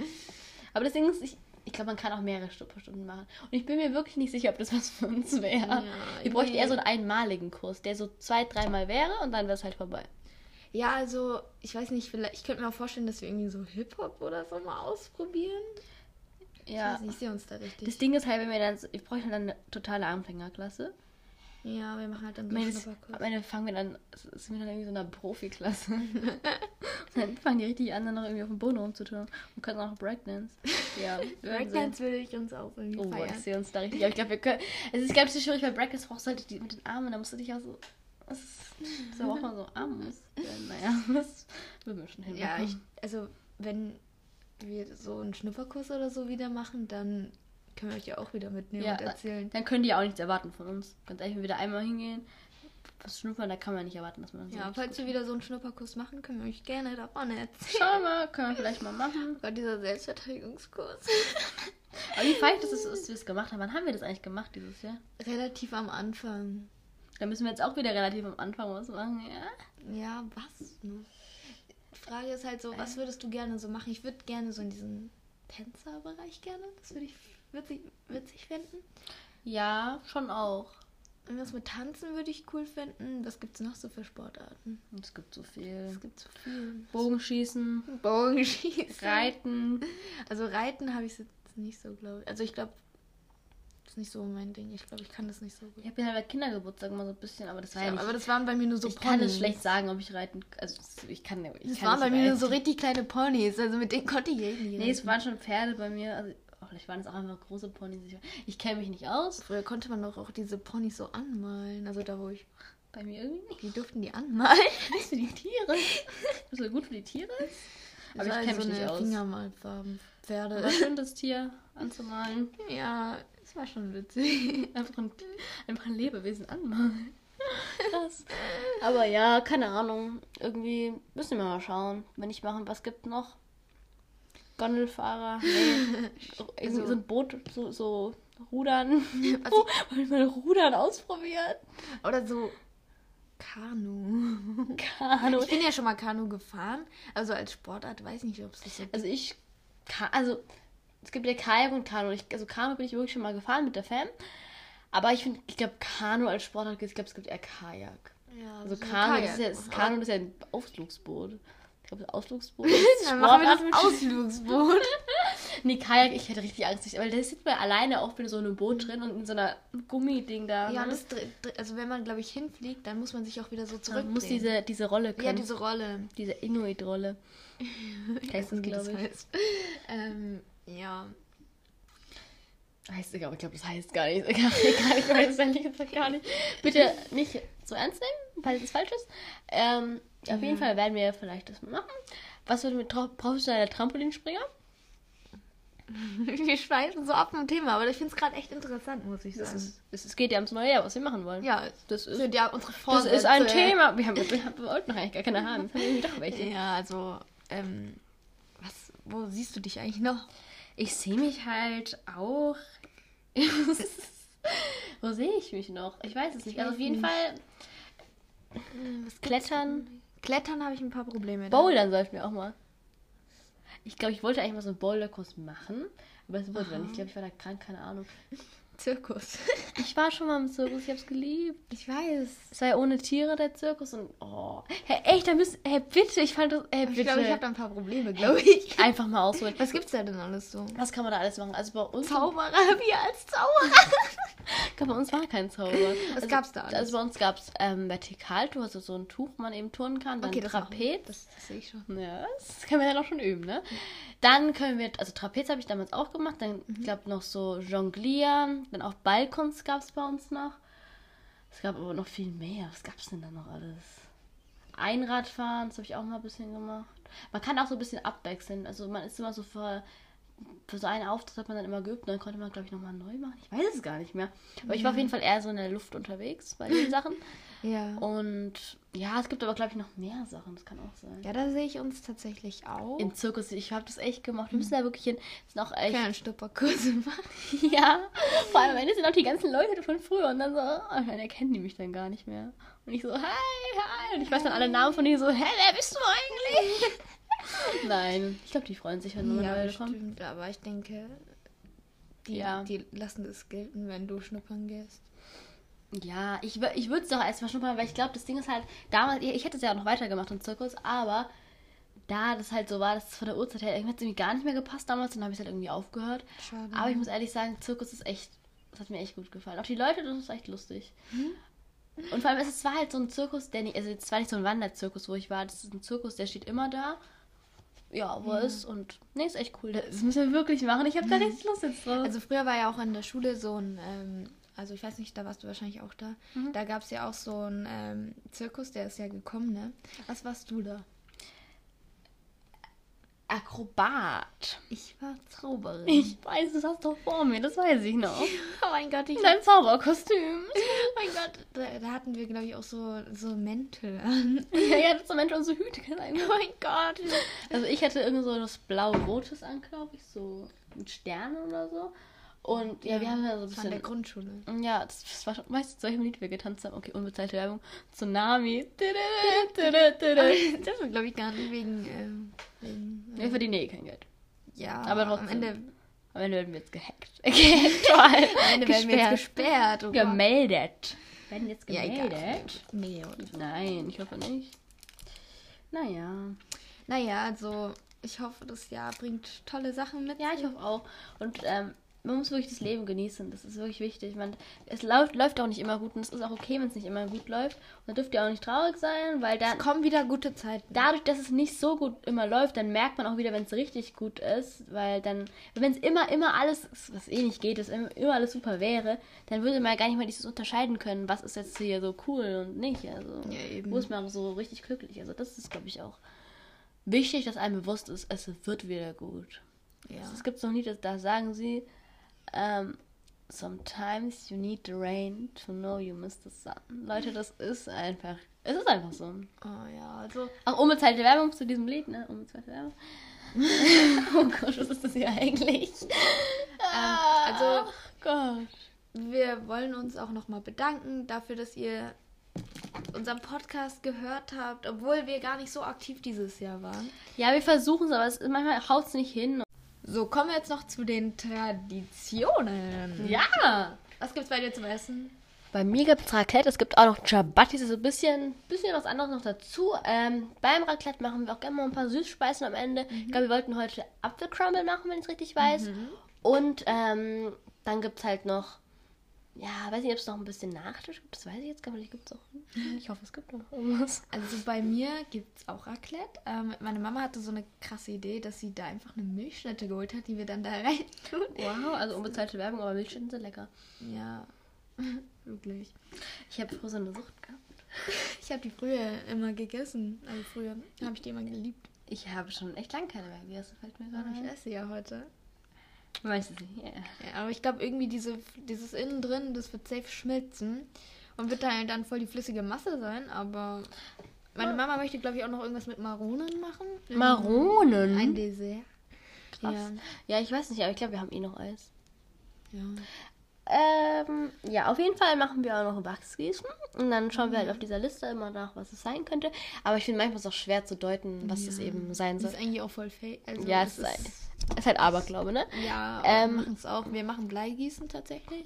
S1: Aber deswegen ist, ich, ich glaube, man kann auch mehrere Stupperstunden machen. Und ich bin mir wirklich nicht sicher, ob das was für uns wäre.
S2: Ja,
S1: Wir bräuchten
S2: nee.
S1: eher so einen einmaligen Kurs, der so zwei, dreimal wäre und dann wäre es halt vorbei.
S2: Ja, also, ich weiß nicht, vielleicht, ich könnte mir auch vorstellen, dass wir irgendwie so Hip-Hop oder so mal ausprobieren. Ich
S1: Ja.
S2: weiß nicht, ich sehe uns da richtig.
S1: Das Ding ist halt, wenn wir dann, so- ich bräuchte dann eine totale Anfängerklasse.
S2: ja, wir machen halt dann so
S1: Meine,
S2: einen
S1: am
S2: Schnupperkurs.
S1: Ende fangen wir dann, sind wir dann irgendwie so in einer Profiklasse. und dann fangen die richtig an, dann noch irgendwie auf dem Boden rumzutun und können auch noch Breakdance. Ja, wir werden sehen.
S2: Breakdance würde ich uns auch irgendwie
S1: Oh, boah, ich
S2: feiern.
S1: sehe uns da richtig. Aber ich glaube, wir können. Es ist, glaube ich, so schwierig, weil Breakfast brauchst du halt die, mit den Armen, da musst du dich auch so. Das ist aber auch mal so arm. Äh, Naja, das würden wir schon
S2: Ja,
S1: hinbekommen.
S2: ich, also, wenn wir so einen Schnupperkurs oder so wieder machen, dann können wir euch ja auch wieder mitnehmen
S1: Ja,
S2: und erzählen.
S1: Dann können die ja auch nichts erwarten von uns. Ganz ehrlich, wenn wir da einmal hingehen, was schnuppern, da kann man nicht erwarten, dass man so.
S2: Ja, falls wir wieder so einen Schnupperkurs machen, können wir euch gerne davon erzählen.
S1: Schau mal, können wir vielleicht mal machen.
S2: Oh Gott, dieser Selbstverteidigungskurs.
S1: Aber wie feind ist es, dass wir es gemacht haben? Wann haben wir das eigentlich gemacht dieses Jahr?
S2: Relativ am Anfang.
S1: Da müssen wir jetzt auch wieder relativ am Anfang was machen, ja?
S2: Ja, was? nur? Die Frage ist halt so, was würdest du gerne so machen? Ich würde gerne so in diesem Tänzerbereich gerne. Das würde ich witzig, witzig finden.
S1: Ja, schon auch.
S2: Irgendwas mit Tanzen würde ich cool finden. Was gibt's noch so für Sportarten?
S1: Und es gibt so viel.
S2: Es gibt so viel.
S1: Bogenschießen,
S2: Bogenschießen.
S1: Reiten.
S2: Also Reiten habe ich jetzt nicht so, glaube ich. Also ich glaube, das ist nicht so mein Ding. Ich glaube, ich kann das nicht so gut.
S1: Ich habe ja bei Kindergeburtstag immer so ein bisschen, aber das war ja,
S2: Ja,
S1: nicht.
S2: aber das waren bei mir nur so
S1: ich kann es schlecht sagen, ob ich reiten. Also das- ich kann. Ich
S2: Das
S1: kann
S2: waren bei mir nur
S1: reiten.
S2: so richtig kleine Ponys. Also mit denen konnte ich eh nicht.
S1: Nee, es
S2: reiten.
S1: waren schon Pferde bei mir. Also oh, vielleicht waren es auch einfach große Ponys. Ich, ich kenne mich nicht aus.
S2: Früher konnte man doch auch diese Ponys so anmalen. Also da, wo ich.
S1: Bei mir irgendwie nicht.
S2: Die durften die anmalen.
S1: Was für die Tiere? Bist du gut für die Tiere? Aber
S2: Das war
S1: ich kenne
S2: so
S1: mich nicht
S2: eine
S1: aus.
S2: Fingermalfarben.
S1: War
S2: Pferde.
S1: schön, das Tier anzumalen.
S2: ja, das war schon witzig.
S1: Einfach ein, einfach ein Lebewesen anmalen. Krass. Aber ja, keine Ahnung. Irgendwie müssen wir mal schauen. Wenn ich machen, was gibt noch? Gondelfahrer. Nee. Irgendwie
S2: Also-
S1: so ein Boot, so, so Rudern.
S2: Was
S1: Also Oh, wollen wir mal Rudern ausprobieren?
S2: Oder so Kanu.
S1: Kanu.
S2: Ich bin ja schon mal Kanu gefahren. Also als Sportart weiß nicht, ob es das so
S1: Also ich, Ka- also es gibt ja Kajak und Kanu. Ich, also Kanu bin ich wirklich schon mal gefahren mit der Fam. Aber ich finde, ich glaube Kanu als Sportart, ich glaube es gibt eher Kajak.
S2: Ja,
S1: Also
S2: so ein
S1: Kanu, das
S2: Kajak
S1: ist ja, das
S2: machen.
S1: Kanu das ist ja ein Ausflugsboot. Ich glaube, das Ausflugsboot
S2: Aber-
S1: ist
S2: Dann machen wir
S1: Sportart.
S2: das Ausflugsboot.
S1: Nee, Kajak, ich hätte richtig Angst, weil da sitzt man alleine auch wieder so in einem Boot drin und in so einer Gummiding da.
S2: ja, und
S1: ne?
S2: das, dre- dre- also wenn man, glaube ich, hinfliegt, dann muss man sich auch wieder so
S1: Man
S2: zurückdrehen.
S1: muss diese, diese Rolle können.
S2: ja, diese Rolle.
S1: diese Inuit-Rolle. Heißt das,
S2: Wie das
S1: glaube ich.
S2: heißt. Ähm, ja.
S1: Heißt egal, ich glaube, das heißt gar nicht. Egal, egal ich weiß es ehrlich gesagt gar nicht. Bitte nicht so ernst nehmen, falls es falsch ist. Ähm, Auf jeden Fall werden wir vielleicht das machen. Was wird mit tro- professioneller Trampolinspringer?
S2: Wir schweifen so ab vom Thema, aber ich finde es gerade echt interessant, muss ich
S1: Das
S2: sagen.
S1: ist, es es geht ja ums neue Jahr, was wir machen wollen.
S2: ja,
S1: das ist-
S2: sind ja unsere
S1: das
S2: Vorsätze.
S1: ist ein Thema. Wir, haben, wir, haben, wir wollten noch eigentlich gar keine haben. Jetzt haben wir irgendwie doch welche.
S2: Ja, also, ähm, was, wo siehst du dich eigentlich noch?
S1: Ich sehe mich halt auch. Wo sehe ich mich noch? Ich weiß es nicht. Äh, Also auf jeden Fall klettern.
S2: Klettern habe ich ein paar Probleme. da.
S1: Bouldern sollten wir auch mal. Ich glaube, ich wollte eigentlich mal so einen Boulderkurs machen, aber es wurde dann. nicht. Ich glaube, ich war da krank, keine Ahnung.
S2: Zirkus.
S1: Ich war schon mal im Zirkus, ich habe es geliebt.
S2: Ich weiß.
S1: Es war ja ohne Tiere der Zirkus und oh, hey, echt, da müssen, hey bitte, ich fand das, hey bitte,
S2: Ich glaube, ich habe da ein paar Probleme, glaube ich.
S1: einfach mal ausholen.
S2: Was gibt's da denn alles so?
S1: Was kann man da alles machen? Also bei uns,
S2: Zauberer, wir als Zauberer.
S1: kann bei uns war kein Zauber.
S2: Was
S1: also,
S2: gab's da alles?
S1: Also bei uns gab es ähm, Vertikaltour, also so ein Tuch, wo man eben turnen kann, dann
S2: Okay, das machen wir.
S1: Trapez.
S2: Das sehe ich schon.
S1: Ja, das können wir dann auch schon üben, ne? Dann können wir, also Trapez habe ich damals auch gemacht, dann, ich glaube, noch so Jonglieren, dann auch Balkons gab es bei uns noch. Es gab aber noch viel mehr. Was gab es denn da noch alles? Einradfahren, das habe ich auch mal ein bisschen gemacht. Man kann auch so ein bisschen abwechseln. Also man ist immer so für, für so einen Auftritt hat man dann immer geübt und dann konnte man, glaube ich, nochmal neu machen. Ich weiß es gar nicht mehr. Aber ich war auf jeden Fall eher so in der Luft unterwegs bei den Sachen.
S2: Ja.
S1: Und ja, es gibt aber, glaube ich, noch mehr Sachen. Das kann auch sein.
S2: Ja, da sehe ich uns tatsächlich auch.
S1: Im Zirkus, ich habe das echt gemacht. Wir müssen da wirklich hin. Sind auch echt.
S2: kleinen Schnupperkurse machen.
S1: Ja. Vor allem am Ende sind auch die ganzen Leute von früher und dann so, oh, dann erkennen die mich dann gar nicht mehr. Und ich so, hi, hi. Und ich weiß dann alle Namen von denen so, hä, wer bist du eigentlich? Nein. Ich glaube, die freuen sich, wenn neue Leute kommen.
S2: stimmt, aber ich denke, die,
S1: Ja.
S2: die lassen das gelten, wenn du schnuppern gehst.
S1: Ja, ich, wür- ich würde es doch erstmal schnuppern, weil ich glaube, das Ding ist halt, damals, ich ich hätte es ja auch noch weitergemacht im Zirkus, aber da das halt so war, dass es von der Uhrzeit her, irgendwie hat es irgendwie gar nicht mehr gepasst damals, dann habe ich halt irgendwie aufgehört.
S2: Schade.
S1: Aber ich muss ehrlich sagen, Zirkus ist echt, das hat mir echt gut gefallen. Auch die Leute, das ist echt lustig.
S2: Hm?
S1: Und vor allem, es ist- war halt so ein Zirkus, der nicht, also es war nicht so ein Wanderzirkus, wo ich war, das ist ein Zirkus, der steht immer da. Ja, wo er ist und nee, ist echt cool. Das müssen wir wirklich machen. Ich habe da richtig Lust jetzt drauf.
S2: Hm. Also früher war ja auch in der Schule so ein, ähm, also ich weiß nicht, da warst du wahrscheinlich auch da. Da gab es ja auch so einen ähm, Zirkus, der ist ja gekommen, ne? Was warst du da?
S1: Akrobat.
S2: Ich war Zauberin.
S1: Ich weiß, das hast du vor mir, das weiß ich noch.
S2: oh mein Gott, ich
S1: Dein Zauberkostüm.
S2: Oh mein Gott, da, da hatten wir, glaube ich, auch so, so Mäntel an.
S1: ja, ja, das ist ein Mensch und so Hüte kann sein.
S2: Oh mein Gott.
S1: Also ich hatte irgend so das blau-rotes an, glaube ich, so mit Sternen oder so. Und ja, wir haben ja so ein
S2: Das war in der
S1: bisschen
S2: Grundschule.
S1: Ja, das, das war schon, weißt du, zu welchem Lied wir getanzt haben? Okay, unbezahlte Werbung. Tsunami. Tüdü, tüdü, tüdü.
S2: Das war, glaube ich, gar nicht wegen. Ähm, wegen
S1: Wir verdienen eh kein Geld.
S2: ja,
S1: Aber
S2: am
S1: trotzdem.
S2: Ende,
S1: Am Ende werden wir jetzt gehackt. Gehackt, vor allem.
S2: am Ende werden wir jetzt gesperrt. Oh Gott.
S1: Gemeldet. Werden jetzt
S2: Ja, egal.
S1: gemeldet?
S2: Nee, oder?
S1: Nein, ich hoffe nicht. Naja.
S2: Naja, also ich hoffe, das Jahr bringt tolle Sachen mit.
S1: Ja, ich hoffe auch. Und ähm, man muss wirklich das Leben genießen. Das ist wirklich wichtig. Man, es läuft, läuft auch nicht immer gut und es ist auch okay, wenn es nicht immer gut läuft. Und da dürft ihr auch nicht traurig sein, weil dann.
S2: Es kommen wieder gute Zeiten.
S1: dadurch, dass es nicht so gut immer läuft, dann merkt man auch wieder, wenn es richtig gut ist, weil dann, wenn es immer, immer alles, ist, was eh nicht geht, ist immer, immer alles super wäre, dann würde man gar nicht mal dieses unterscheiden können, was ist jetzt hier so cool und nicht. Also,
S2: Ja, eben.
S1: wo ist man so richtig glücklich? Also, das ist, glaube ich, auch wichtig, dass einem bewusst ist, es wird wieder gut.
S2: Ja.
S1: Also, es gibt so ein Lied, das- da sagen sie, ähm, Sometimes you need the rain to know you miss the sun. Leute, das ist einfach, es ist einfach so.
S2: Oh ja, also
S1: Auch unbezahlte Werbung zu diesem Lied, ne? Unbezahlte Werbung. oh Gott, was ist das hier eigentlich?
S2: also-
S1: Gott.
S2: wir wollen uns auch nochmal bedanken dafür, dass ihr unseren Podcast gehört habt, obwohl wir gar nicht so aktiv dieses Jahr waren.
S1: Ja, wir versuchen es, aber es, manchmal haut es nicht hin.
S2: So, kommen wir jetzt noch zu den Traditionen.
S1: Ja!
S2: Was gibt's bei dir zum Essen?
S1: Bei mir gibt es Raclette, es gibt auch noch Ciabattis, also ein bisschen, bisschen was anderes noch dazu. Ähm, beim Raclette machen wir auch gerne mal ein paar Süßspeisen am Ende. Ich glaube, wir wollten heute Apfelcrumble machen, wenn ich es richtig weiß. Und ähm, dann gibt es halt noch, ja, weiß nicht, ob es noch ein bisschen Nachtisch gibt, das weiß ich jetzt gar nicht, gibt es auch. Ich hoffe, es gibt noch irgendwas.
S2: Also bei mir gibt's auch Raclette. Ähm, meine Mama hatte so eine krasse Idee, dass sie da einfach eine Milchschnitte geholt hat, die wir dann da rein tun.
S1: Wow, also unbezahlte Werbung, aber Milchschnitten sind lecker.
S2: Ja, wirklich.
S1: Ich habe früher so eine Sucht gehabt.
S2: Ich habe die früher immer gegessen. Also früher habe ich die immer geliebt.
S1: Ich habe schon echt lange keine mehr gegessen, fällt mir gerade
S2: Aber ich
S1: ein.
S2: esse ja heute.
S1: Weißt du nicht? Ja.
S2: Ja, aber ich glaube irgendwie diese, dieses innen drin, das wird safe schmilzen und wird dann, dann voll die flüssige Masse sein, aber meine Mama möchte glaube ich auch noch irgendwas mit Maronen machen.
S1: Maronen?
S2: Ein Dessert.
S1: Krass. Ja, ich weiß nicht, aber ich glaube, wir haben eh noch Eis.
S2: Ja. ja.
S1: Ähm, ja, auf jeden Fall machen wir auch noch Wachsgießen. Und dann schauen wir halt auf dieser Liste immer nach, was es sein könnte. Aber ich finde manchmal ist es auch schwer zu deuten, was es eben sein
S2: Das
S1: soll.
S2: ist eigentlich auch voll fake. Also
S1: Ja, es
S2: das
S1: ist, ein- ist halt Aberglaube, ne?
S2: Ja,
S1: Ähm,
S2: wir machen es auch. Wir machen Bleigießen tatsächlich.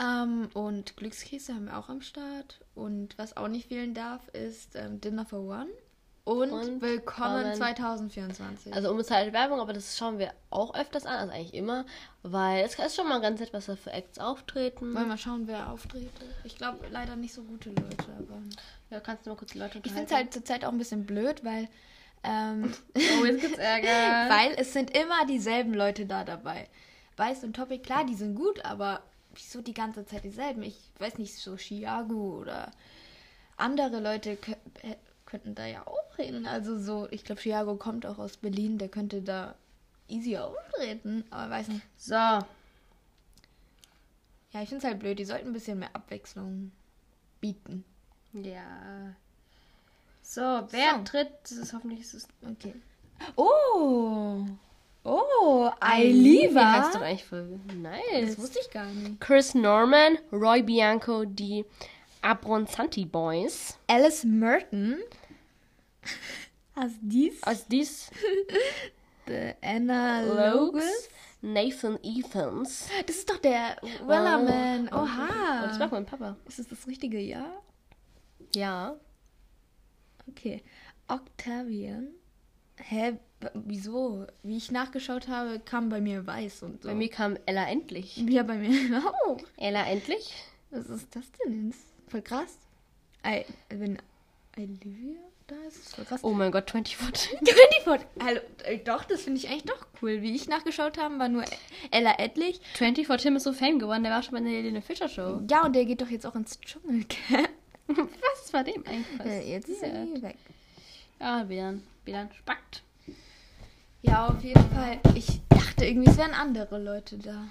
S2: Ähm, und Glückskäse haben wir auch am Start. Und was auch nicht fehlen darf, ist ähm, Dinner for One. Und,
S1: Und
S2: Willkommen
S1: Willkommen.
S2: 2024.
S1: Also unbezahlte Werbung, aber das schauen wir auch öfters an, also eigentlich immer, weil es ist schon mal ganz nett, was da für Acts auftreten.
S2: Wollen wir mal schauen, wer auftritt? Ich glaube leider nicht so gute Leute, aber.
S1: Ja, kannst du mal kurz die Leute
S2: Ich finde es
S1: unterhalten?
S2: halt zurzeit auch ein bisschen blöd, weil. Ähm,
S1: Oh, jetzt gibt's Ärger.
S2: weil es sind immer dieselben Leute da dabei. Weiß und Topic, klar, die sind gut, aber wieso die ganze Zeit dieselben? Ich weiß nicht, so Chiago oder andere Leute kö äh, könnten da ja auch reden. Also so, ich glaube, Chiago kommt auch aus Berlin, der könnte da easy auftreten, aber weiß nicht.
S1: So,
S2: Ja, ich finde es halt blöd, die sollten ein bisschen mehr Abwechslung bieten.
S1: ja. So, wer
S2: So.
S1: tritt? Das ist, hoffentlich ist es.
S2: Okay. Oh! Oh,
S1: Hast du
S2: Ailiva!
S1: eigentlich voll.
S2: Das
S1: Nice.
S2: wusste ich gar nicht.
S1: Chris Norman, Roy Bianco, die Abronzanti Boys.
S2: Alice Merton. Als dies.
S1: Aus dies
S2: Anna
S1: Lokes, Nathan Ethans.
S2: Das ist doch der Wellerman.
S1: Oh,
S2: Oha.
S1: Oh, das macht mein Papa.
S2: Ist das das richtige Jahr?
S1: Ja.
S2: Okay. Octavian. Hä? W- Wieso? Wie ich nachgeschaut habe, kam bei mir weiß und so.
S1: Bei mir kam Ella endlich.
S2: Ja, bei mir auch.
S1: Ella endlich?
S2: Was ist das denn jetzt? Voll krass. I, wenn Olivia da ist, ist voll krass.
S1: Oh mein Gott, 24.
S2: Candypot. Hallo, äh, doch, das finde ich eigentlich doch cool. Wie ich nachgeschaut habe, war nur Ella Edlich.
S1: 24 Tim ist so Fame geworden, der war schon bei der Helene Fischer Show.
S2: Ja, und der geht doch jetzt auch ins Dschungelcamp.
S1: Was Ah, ist bei dem eigentlich?
S2: Äh, jetzt ist er eh weg.
S1: Ja, Bilan. Bilan spackt.
S2: Ja, auf jeden Fall. Ich dachte irgendwie, es wären andere Leute da.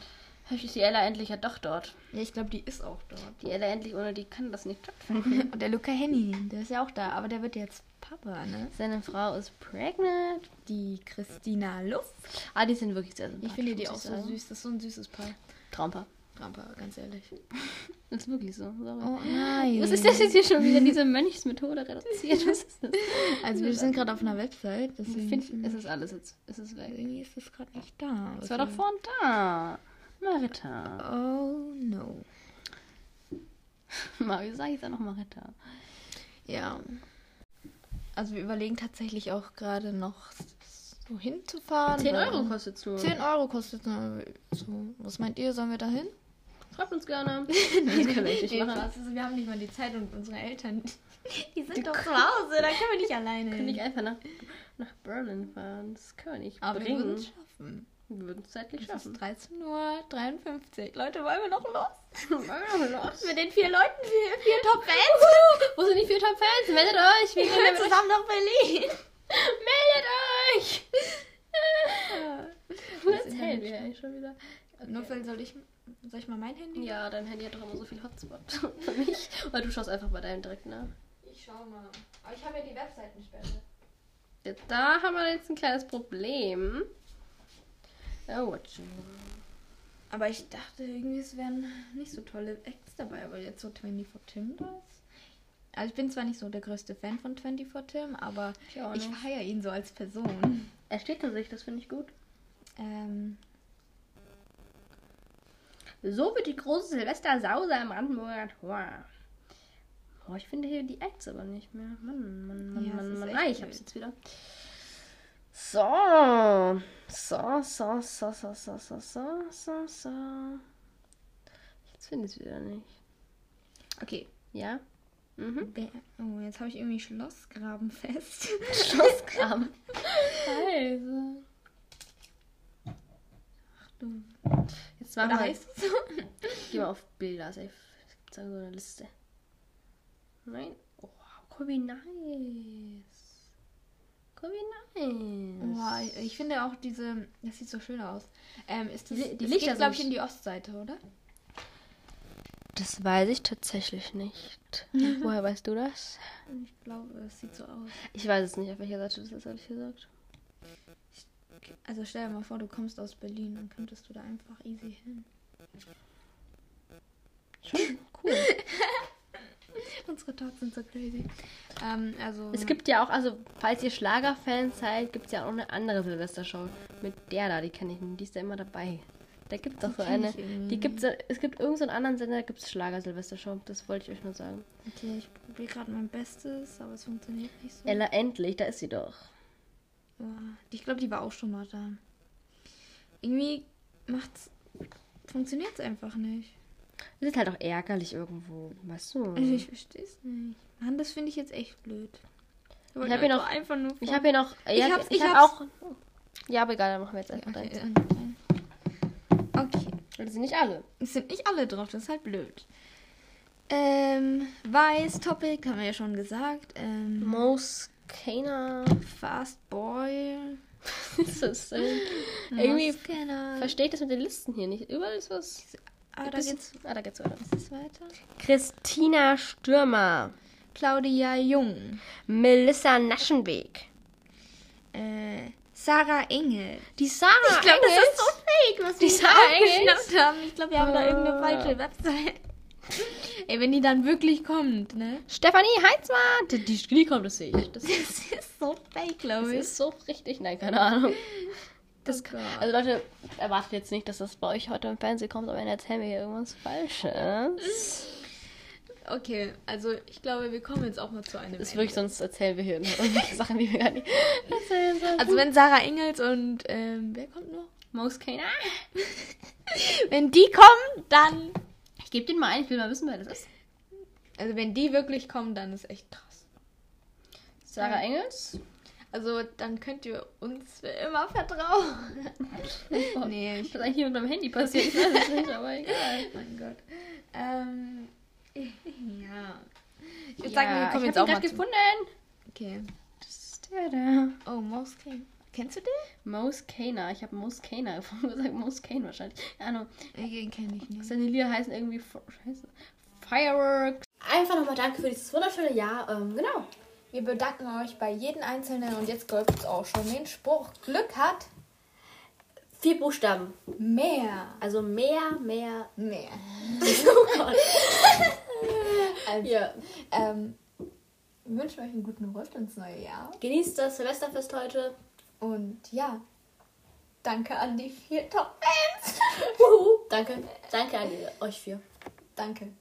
S1: Vielleicht ist die Ella endlich ja doch dort.
S2: Ja, ich glaube, die ist auch dort.
S1: Die Ella endlich, ohne die kann das nicht stattfinden.
S2: und der Luca Henny, der ist ja auch da, aber der wird jetzt Papa, ne?
S1: Seine Frau ist pregnant.
S2: Die Christina Luft.
S1: Ah, die sind wirklich sehr sympathisch.
S2: Oh, Ich finde die
S1: muss
S2: auch so
S1: sagen.
S2: süß. Das ist so ein süßes Paar.
S1: Traumpaar.
S2: Rampa, ganz ehrlich.
S1: Das ist wirklich so. Sorry.
S2: Oh, nein.
S1: Was ist das jetzt hier schon wieder, diese Mönchsmethode reduziert? Was ist das?
S2: Also, wir sind gerade auf einer Website. Deswegen
S1: Ich finde, es ist alles jetzt. Es ist weg.
S2: irgendwie ist es gerade nicht da.
S1: Es war doch vorhin da. Marita.
S2: Oh no.
S1: Mario, sag ich jetzt auch noch Marita.
S2: Ja. Also wir überlegen tatsächlich auch gerade noch so hinzufahren. weil-
S1: kostet nur.
S2: 10 Euro kostet nur so. Was meint ihr, sollen wir da hin?
S1: Schreibt uns gerne. Das können wir echt nicht machen.
S2: Also wir haben nicht mal die Zeit und unsere Eltern, die sind doch zu Hause, da können wir nicht alleine
S1: Können nicht einfach nach, nach Berlin fahren. Das können wir nicht
S2: Aber wir würden
S1: bringen.
S2: es schaffen.
S1: Wir würden es zeitlich
S2: Es
S1: schaffen.
S2: ist 13.53 Uhr. Leute, wollen wir noch los?
S1: Los.
S2: Mit den vier Leuten, vier, vier Top-Fans.
S1: Wo sind die vier Top-Fans? Meldet euch! Wir
S2: Wir
S1: gehen
S2: gehen
S1: mit euch.
S2: zusammen nach Berlin.
S1: Meldet euch!
S2: Das
S1: Was hält wir eigentlich schon wieder?
S2: Nur soll ich, soll ich mal mein Handy?
S1: Ja, dein Handy hat doch immer so viel Hotspot für mich. Weil du schaust einfach bei deinem direkt nach.
S2: Ich schau mal. Aber ich habe ja die Webseitensperre.
S1: Jetzt, da haben wir jetzt ein kleines Problem. Oh, what you-
S2: Aber ich dachte irgendwie, es wären nicht so tolle Acts dabei, aber jetzt so 24 Tim das. Also ich bin zwar nicht so der größte Fan von 24 Tim, aber
S1: Ich auch
S2: ich
S1: nicht.
S2: feiere ihn so als Person.
S1: Er steht zu sich, das finde ich gut.
S2: Ähm,
S1: So wird die große Silvestersause am Brandenburger Tor. Boah, ich finde hier die Acts aber nicht mehr. Mann, Mann, Mann,
S2: Ja, es
S1: Mann,
S2: ist
S1: Mann.
S2: echt
S1: Ah, ich hab's
S2: blöd.
S1: jetzt wieder. So. So, so, so, so, so, so, so, so, so. Jetzt finde ich es wieder nicht.
S2: okay.
S1: Ja? Mhm.
S2: Wer- Oh, jetzt habe ich irgendwie Schlossgraben fest. Also.
S1: Schlossgraben. Scheiße.
S2: du.
S1: Jetzt machen
S2: Oder
S1: wir
S2: heißt es so?
S1: Ich geh mal auf Bilder. safe. Es gibt so eine Liste. Nein. Oh, guck wie nice. Guck wie nice.
S2: Boah, ich finde auch diese, das sieht so schön aus. Ähm, ist das,
S1: Die- die
S2: das
S1: Lichter
S2: geht, glaube ich,
S1: sind-
S2: in die Ostseite, oder?
S1: Das weiß ich tatsächlich nicht. Woher weißt du das?
S2: Ich glaube, es sieht so aus.
S1: Ich weiß es nicht, auf welcher Seite das ist, ehrlich gesagt.
S2: Also stell dir mal vor, du kommst aus Berlin, dann könntest du da einfach easy hin.
S1: Schon cool.
S2: Unsere Tots sind so crazy. Ähm, also.
S1: es gibt ja auch, also, falls ihr Schlagerfans seid, gibt es ja auch eine andere Silvestershow. Mit der da, die kenne ich nicht. Die ist ja immer dabei. Da gibt es doch so
S2: kenn
S1: eine.
S2: ich irgendwie
S1: Die gibt's, es gibt irgendeinen so einen anderen Sender, da gibt es Schlager-Silvestershow. Das wollte ich euch nur sagen.
S2: Okay, ich probiere gerade mein Bestes, aber es funktioniert nicht so.
S1: Ella, endlich, da ist sie doch.
S2: Boah, Ich glaube, die war auch schon mal da. Irgendwie macht's. funktioniert es einfach nicht.
S1: Das ist halt auch ärgerlich irgendwo, weißt du?
S2: Also ich verstehe es nicht. Mann, das finde ich jetzt echt blöd.
S1: Ich hab hier noch-
S2: einfach nur.
S1: Ich habe hier noch.
S2: Ich
S1: ja,
S2: hab's,
S1: ich
S2: ich
S1: hab
S2: hab's.
S1: auch. Ja, aber egal, dann machen wir jetzt einfach
S2: Okay,
S1: deins.
S2: äh, okay.
S1: Das sind nicht alle.
S2: Es sind nicht alle drauf, das ist halt blöd. Ähm, Weiß, Topic, haben wir ja schon gesagt. Ähm,
S1: Moskaner.
S2: Fast Boy.
S1: das ist so Irgendwie
S2: Moskenner.
S1: verstehe ich das mit den Listen hier nicht. Überall ist was.
S2: genau. Ah, da
S1: Bisschen-
S2: geht's
S1: ah, da geht's weiter.
S2: ist es weiter.
S1: Christina Stürmer.
S2: Claudia Jung.
S1: Melissa Naschenbeek.
S2: Äh, Sarah Engel.
S1: Die Sarah.
S2: Ich glaube, das ist so
S1: Engels.
S2: fake, was
S1: Die
S2: die da
S1: Sarah Engels?
S2: aufgeschnappt haben. Ah, Ich glaube, wir haben da irgendeine
S1: Ah.
S2: falsche Website. Ey, wenn die dann wirklich kommt, ne?
S1: Stefanie Heinzmann. Die, die, die kommt, das sehe ich. Das,
S2: Das ist so fake,
S1: das
S2: glaube ich. Oh
S1: ist so richtig. Nein, keine Ahnung.
S2: Das kann.
S1: Also Leute, erwartet jetzt nicht, dass das bei euch heute im Fernsehen kommt, aber dann erzählen wir hier irgendwas Falsches.
S2: Okay, also ich glaube, wir kommen jetzt auch mal zu einem.
S1: Das ist
S2: Ende.
S1: wirklich, sonst erzählen wir hier irgendwelche Sachen, die wir gar nicht erzählen sollen.
S2: Also wenn Sarah Engels und ähm, wer kommt noch?
S1: Most keiner.
S2: Wenn die kommen, dann.
S1: Ich gebe den mal ein, ich will mal wissen, wer das ist.
S2: Also wenn die wirklich kommen, dann ist echt krass.
S1: Sarah Engels.
S2: Also dann könnt ihr uns für immer vertrauen. nee,
S1: Oh, Was ist eigentlich hier mit meinem Handy passiert? Ich weiß es nicht, aber egal.
S2: mein Oh Gott. Ähm, ja. Ich würde
S1: Ja,
S2: sagen, wir kommen
S1: ich
S2: jetzt
S1: hab ihn
S2: auch mal
S1: grad
S2: zu.
S1: gefunden.
S2: Okay.
S1: Das ist der da.
S2: Oh, Mouse King. Kennst du den?
S1: Most keiner. Ich habe Most keiner gefunden. gesagt, Most Kane wahrscheinlich. Keine Ahnung.
S2: Den kenne ich nicht.
S1: Seine Lieder heißen irgendwie F- Scheiße. Fireworks. Einfach nochmal danke für dieses wunderschöne Jahr. Ähm, genau.
S2: Wir bedanken euch bei jedem Einzelnen und jetzt läuft es auch schon. Den Spruch Glück hat
S1: Vier Buchstaben.
S2: mehr.
S1: Also mehr, mehr.
S2: Mehr.
S1: Oh Gott.
S2: Also,
S1: ja.
S2: ähm, wir wünschen euch einen guten Rutsch ins neue Jahr.
S1: Genießt das Silvesterfest heute.
S2: Und ja, danke an die vier Top-Fans.
S1: Danke. Danke an ihr, euch vier.
S2: danke.